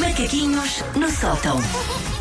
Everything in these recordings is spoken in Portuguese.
Macaquinhos no sótão.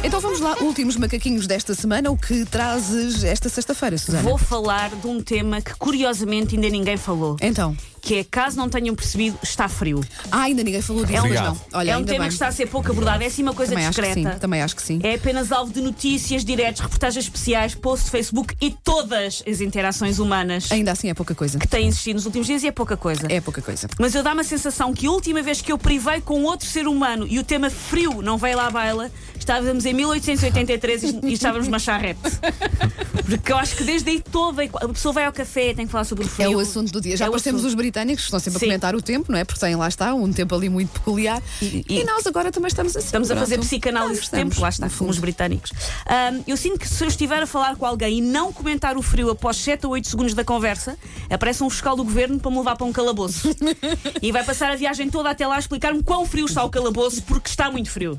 Então vamos lá, últimos macaquinhos desta semana, o que trazes esta sexta-feira, Susana? Vou falar de um tema que curiosamente ainda ninguém falou. Então. Que é, caso não tenham percebido, está frio. Ah, ainda ninguém falou disso, mas Obrigado. não. Olha, é um ainda tema bem. que está a ser pouco abordado, é assim uma coisa também acho que discreta. sim, também acho que sim. É apenas alvo de notícias, diretos, reportagens especiais, posts de Facebook e todas as interações humanas Ainda assim é pouca coisa. que têm existido nos últimos dias e é pouca coisa. É pouca coisa. Mas eu dá-me a sensação que a última vez que eu privei com outro ser humano e o tema frio não veio lá à baila, estávamos em 1883 e- e estávamos numa charrete. Porque eu acho que desde aí toda a pessoa vai ao café, tem que falar sobre o frio. É o assunto do dia. Já É o depois temos assunto. os britânicos que estão sempre Sim. a comentar o tempo, não é? Porque têm lá está um tempo ali muito peculiar. E, e- nós agora também estamos assim. Estamos a fazer pronto. psicanálise de Estamos, tempo, lá está, no com fundo. os britânicos. Ahm, eu sinto que se eu estiver a falar com alguém e não comentar o frio após 7 ou 8 segundos da conversa, aparece um fiscal do governo para me levar para um calabouço. e vai passar a viagem toda até lá a explicar-me quão frio está o calabouço, porque está muito frio.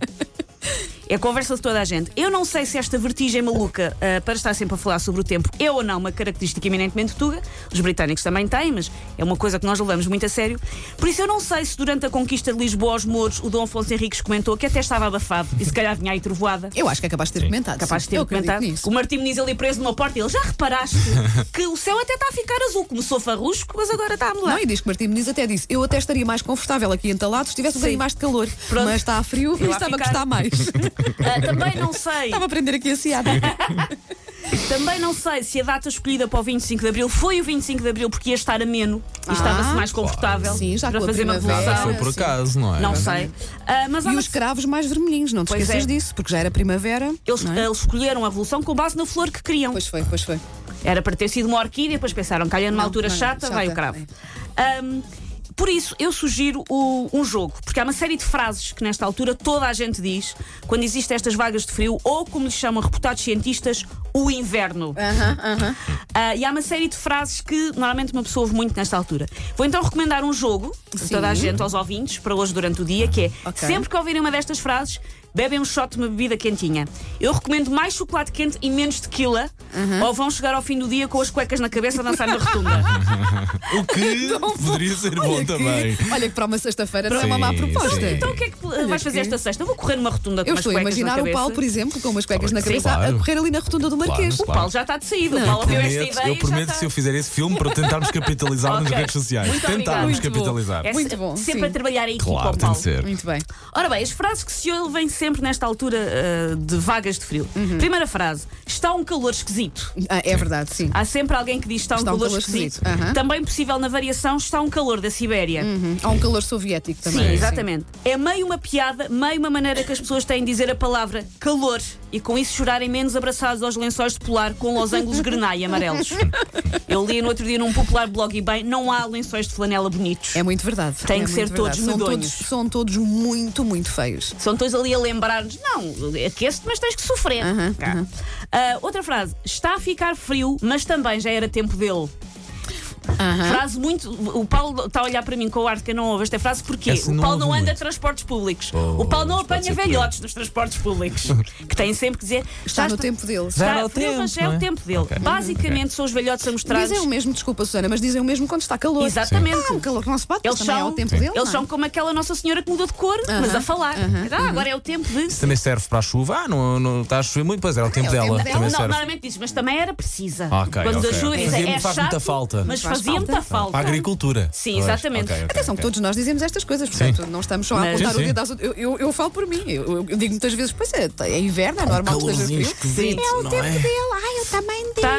É a conversa de toda a gente. Eu não sei se esta vertigem maluca ah, para estar sempre a falar sobre o tempo é ou não uma característica eminentemente tuga. Os britânicos também têm, mas é uma coisa que nós levamos muito a sério. Por isso, eu não sei se durante a conquista de Lisboa aos Mouros o Dom Afonso Henriques comentou que até estava abafado e se calhar vinha aí trovoada. Eu acho que é capaz de ter comentado. Capaz de sim. ter Eu acredito comentado. nisso. O Martim Muniz ali preso numa porta e ele já reparaste que o céu até está a ficar azul. Começou farrusco, mas agora está a mudar. Não, e diz que Martim Muniz até disse: Eu até estaria mais confortável aqui entalado se tivesse um bocadinho mais de calor. Pronto. Mas está a frio Eu e a estava a ficar. gostar mais. Ah, também não sei. estava a aprender aqui a seada. Também não sei se a data escolhida para o 25 de Abril foi o 25 de Abril porque ia estar ameno e estava-se mais confortável Ah, Sim, já para com a fazer uma primavera. Nada Ah, revolução. foi por sim. acaso, não é? Não sei. Ah, mas há E uma- os cravos mais vermelhinhos, não te Pois esqueças é. disso, porque já era primavera. eles, não é? eles escolheram a evolução com base na flor que queriam. Pois foi, pois foi. Era para ter sido uma orquídea, depois pensaram, calha numa Não, altura não, é. chata, chata, é. vai o cravo. Ahm, por isso, eu sugiro o- um jogo, porque há uma série de frases que nesta altura toda a gente diz quando existem estas vagas de frio, ou como lhes chamam reputados cientistas, o inverno. Ah, e há uma série de frases que normalmente uma pessoa ouve muito nesta altura. Vou então recomendar um jogo a toda a gente, aos ouvintes, para hoje durante o dia, que é Ok. sempre que ouvirem uma destas frases, bebem um shot de uma bebida quentinha. Eu recomendo mais chocolate quente e menos tequila, ou vão chegar ao fim do dia com as cuecas na cabeça a dançar na rotunda. O que poderia ser bom também. Que, olha que para uma sexta-feira não é Sim, uma má proposta. sim. então o que é que vais fazer que- esta sexta? Eu vou correr numa rotunda com Eu umas estou a cuecas imaginar na o cabeça. Paulo, por exemplo, com umas cuecas Sim. na cabeça a- Claro. a correr ali na rotunda do Marquês. O Paulo já está de saída. O Paulo ouviu esta Prometo, ideia eu e já prometo está. se eu fizer esse filme para tentarmos capitalizar nas Ok. redes sociais. Muito tentarmos obrigada. capitalizar. É se- Muito bom, Sempre sim. a trabalhar aí com Claro, o tem Paulo. de ser. Muito bem. Ora bem, as frases que se ouvem sempre nesta altura ah, de vagas de frio. Uhum. Primeira frase: está um calor esquisito. Ah, é verdade, sim. Há sempre alguém que diz está um, Está um calor, calor esquisito. esquisito. Aham. Também possível na variação está um calor da Sibéria. Uhum. Há um calor soviético também. Sim, exatamente. É meio uma piada, meio uma maneira que as pessoas têm de dizer a palavra calor e com isso chorarem menos abraçados aos lençóis de polar com losangos grenai amarelos. Eu li no outro dia num popular blog e bem, não há lençóis de flanela bonitos. É muito verdade. Têm É que muito ser todos são todos, medonhos. são todos muito, muito feios. São todos ali a lembrar-nos: não, aquece-te, mas tens que sofrer. Aham, Cá. Ah, outra frase: está a ficar frio, mas também já era tempo dele. Frase muito. O Paulo está a olhar para mim com o ar de que não ouve esta frase porque Essa o não Paulo ouve não anda muito. a transportes públicos. Oh, o Paulo não mas pode apanha ser por aí. velhotes dos transportes públicos que têm sempre que dizer. Está "Estás- no tempo dele. Já Está era o frio, mas tempo, já é não o é? tempo dele. Ok. Basicamente são os velhotes amostrados. Dizem é o mesmo, desculpa, Susana, mas dizem o mesmo quando está calor. Exatamente. Ah, um calor que não se bate, mas Eles também é são, o tempo dele. eles não é? são como aquela Nossa Senhora que mudou de cor, mas a falar. Ah, Agora é o tempo de. Também serve para a chuva. Ah, não, não está a chover muito, pois era o É, tempo dela. dela. Também não, serve. normalmente diz, mas também era precisa. Ah, ok, Quando ok. a Júlia diz, Fazia- é faz chato, muita falta. Mas Faz fazia falta. muita falta. Para a agricultura. Sim, Pois, exatamente. ok, ok, Atenção, que ok. todos nós dizemos estas coisas, portanto, não estamos só a Mas- apontar Sim, o sim. dedo às outras. Eu, eu, eu falo por mim, eu, eu- eu digo muitas vezes, pois é, é inverno, é normal que esteja um calorzinho frio. esquisito, um é o não tempo é? dele, ai, eu também digo. Tá. A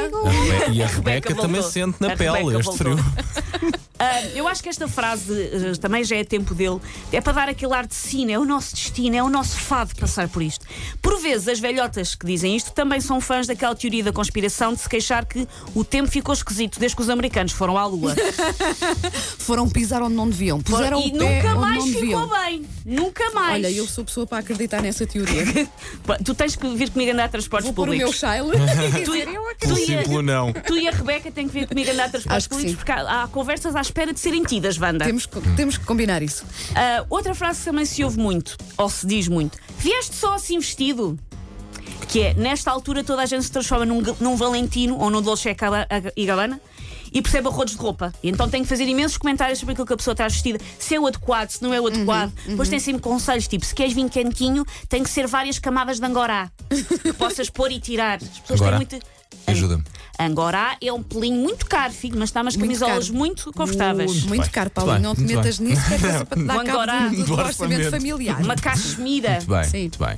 Rebe- E a Rebeca voltou. também sente A na Rebeca pele este voltou. frio. Ah, eu acho que esta frase eh, também já é tempo dele. É para dar aquele ar de sino, é o nosso destino, é o nosso fado passar por isto. Por vezes, as velhotas que dizem isto também são fãs daquela teoria da conspiração de se queixar que o tempo ficou esquisito desde que os americanos foram à Lua. Foram pisar onde não deviam, puseram e o pé nunca onde mais não ficou deviam. bem. Nunca mais. Olha, eu sou pessoa para acreditar nessa teoria. Tu tens que vir comigo andar a transportes Vou pôr o meu públicos. shile. Tu- é é- Pelo tu ia- simples não. Tu e a Rebeca têm que vir comigo andar a transportes Acho que públicos sim. porque há, há conversas à espera de serem tidas, Wanda. temos, que- temos que combinar isso. Ah, outra frase que também se ouve muito, ou se diz muito: Vieste só assim vestido? Que é, nesta altura toda a gente se transforma num, ga- num Valentino ou num Dolce e Caba- e Gabbana e e percebe arrodos de roupa. E então tem que fazer imensos comentários sobre aquilo que a pessoa está vestida, se é o adequado, se não é o adequado. Uhum, Depois tem sempre conselhos, tipo, se queres vir quentinho, tem que ser várias camadas de angorá que possas pôr e tirar. As pessoas Angorá? têm muito. Ajuda-me. Angorá é um pelinho muito caro, filho, mas está umas Muito camisolas caro. muito confortáveis. Muito, muito bem, caro, muito Paulinho. bem, Não te muito metas nisso, que é coisa para te dar Vou adorar. cabo um do, do Do orçamento orçamento. familiar. Uma cachemira. Muito bem, Sim. muito bem.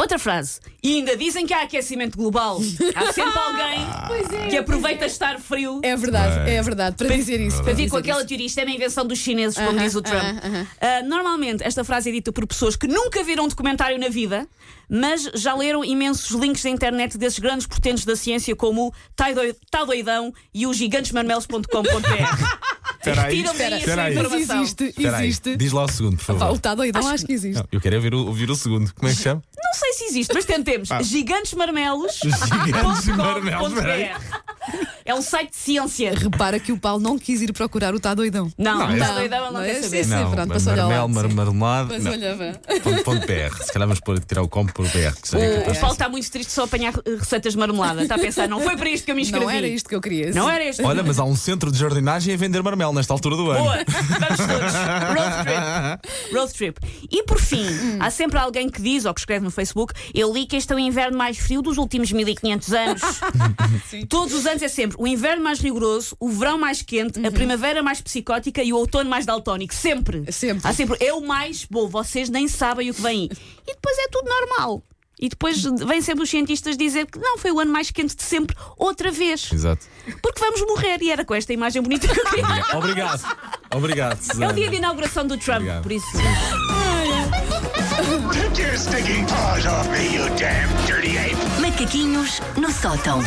Outra frase. E ainda dizem que há aquecimento global. Há sempre alguém que aproveita estar frio. É verdade, Bem. é verdade. Para dizer isso. Para Eu dizer digo com aquela isso. teoria, isto é uma invenção dos chineses, como Aham, diz o Trump. aham, aham. Ah, normalmente, esta frase é dita por pessoas que nunca viram um documentário na vida, mas já leram imensos links da internet desses grandes portentes da ciência, como o Tá Doi- Tá Doidão e o gigantesmarmelos.com.br. Espera aí. Tiram-me aí essa espera aí. Mas informação. existe, Espera aí. existe. Diz lá o segundo, por Pá, favor. o está doidão, acho, que existe. Não, eu quero é ouvir o, ouvir o segundo. Como é que se chama? Não sei se existe, mas tentemos. Ah. Gigantesmarmelos. Gigantes e marmelos. Espera aí. É um site de ciência. Repara que o Paulo não quis ir procurar o está doidão. Não, Não, não, é- tá doidão, ele não, Não, quer é saber. Sim, Não, pronto, mar- passou-lhe ao marmelo, lado, mar- sim. Mas marmelada. não. olha, vá. Ponto, ponto BR. Se calhar vamos pôr, tirar o combo por BR. que seria O, capaz o de- Paulo está muito triste só a apanhar eh, receitas de marmelada. Está a pensar, não foi para isto que eu me inscrevi. Não era isto que eu queria. Não sim. era isto. Olha, mas há um centro de jardinagem a vender marmelo nesta altura do ano. Boa, vamos todos. Road trip. Road trip. E por fim, há sempre alguém que diz ou que escreve no Facebook: Eu li que este é o inverno mais frio dos últimos 1500 anos. Todos os anos é sempre o inverno mais rigoroso, o verão mais quente, a primavera mais psicótica e o outono mais daltónico. Sempre. Sempre. Há sempre eu mais, bom, vocês nem sabem o que vem aí. E depois é tudo normal. E depois vêm sempre os cientistas dizer que não, foi o ano mais quente de sempre, outra vez. Exato. Porque vamos morrer. E era com esta imagem bonita que eu queria. Obrigado. Obrigado. É Susana. o dia de inauguração do Trump, Obrigado. por isso. Take your stinking paws off me, you damn dirty ape! Macaquinhos no sótão.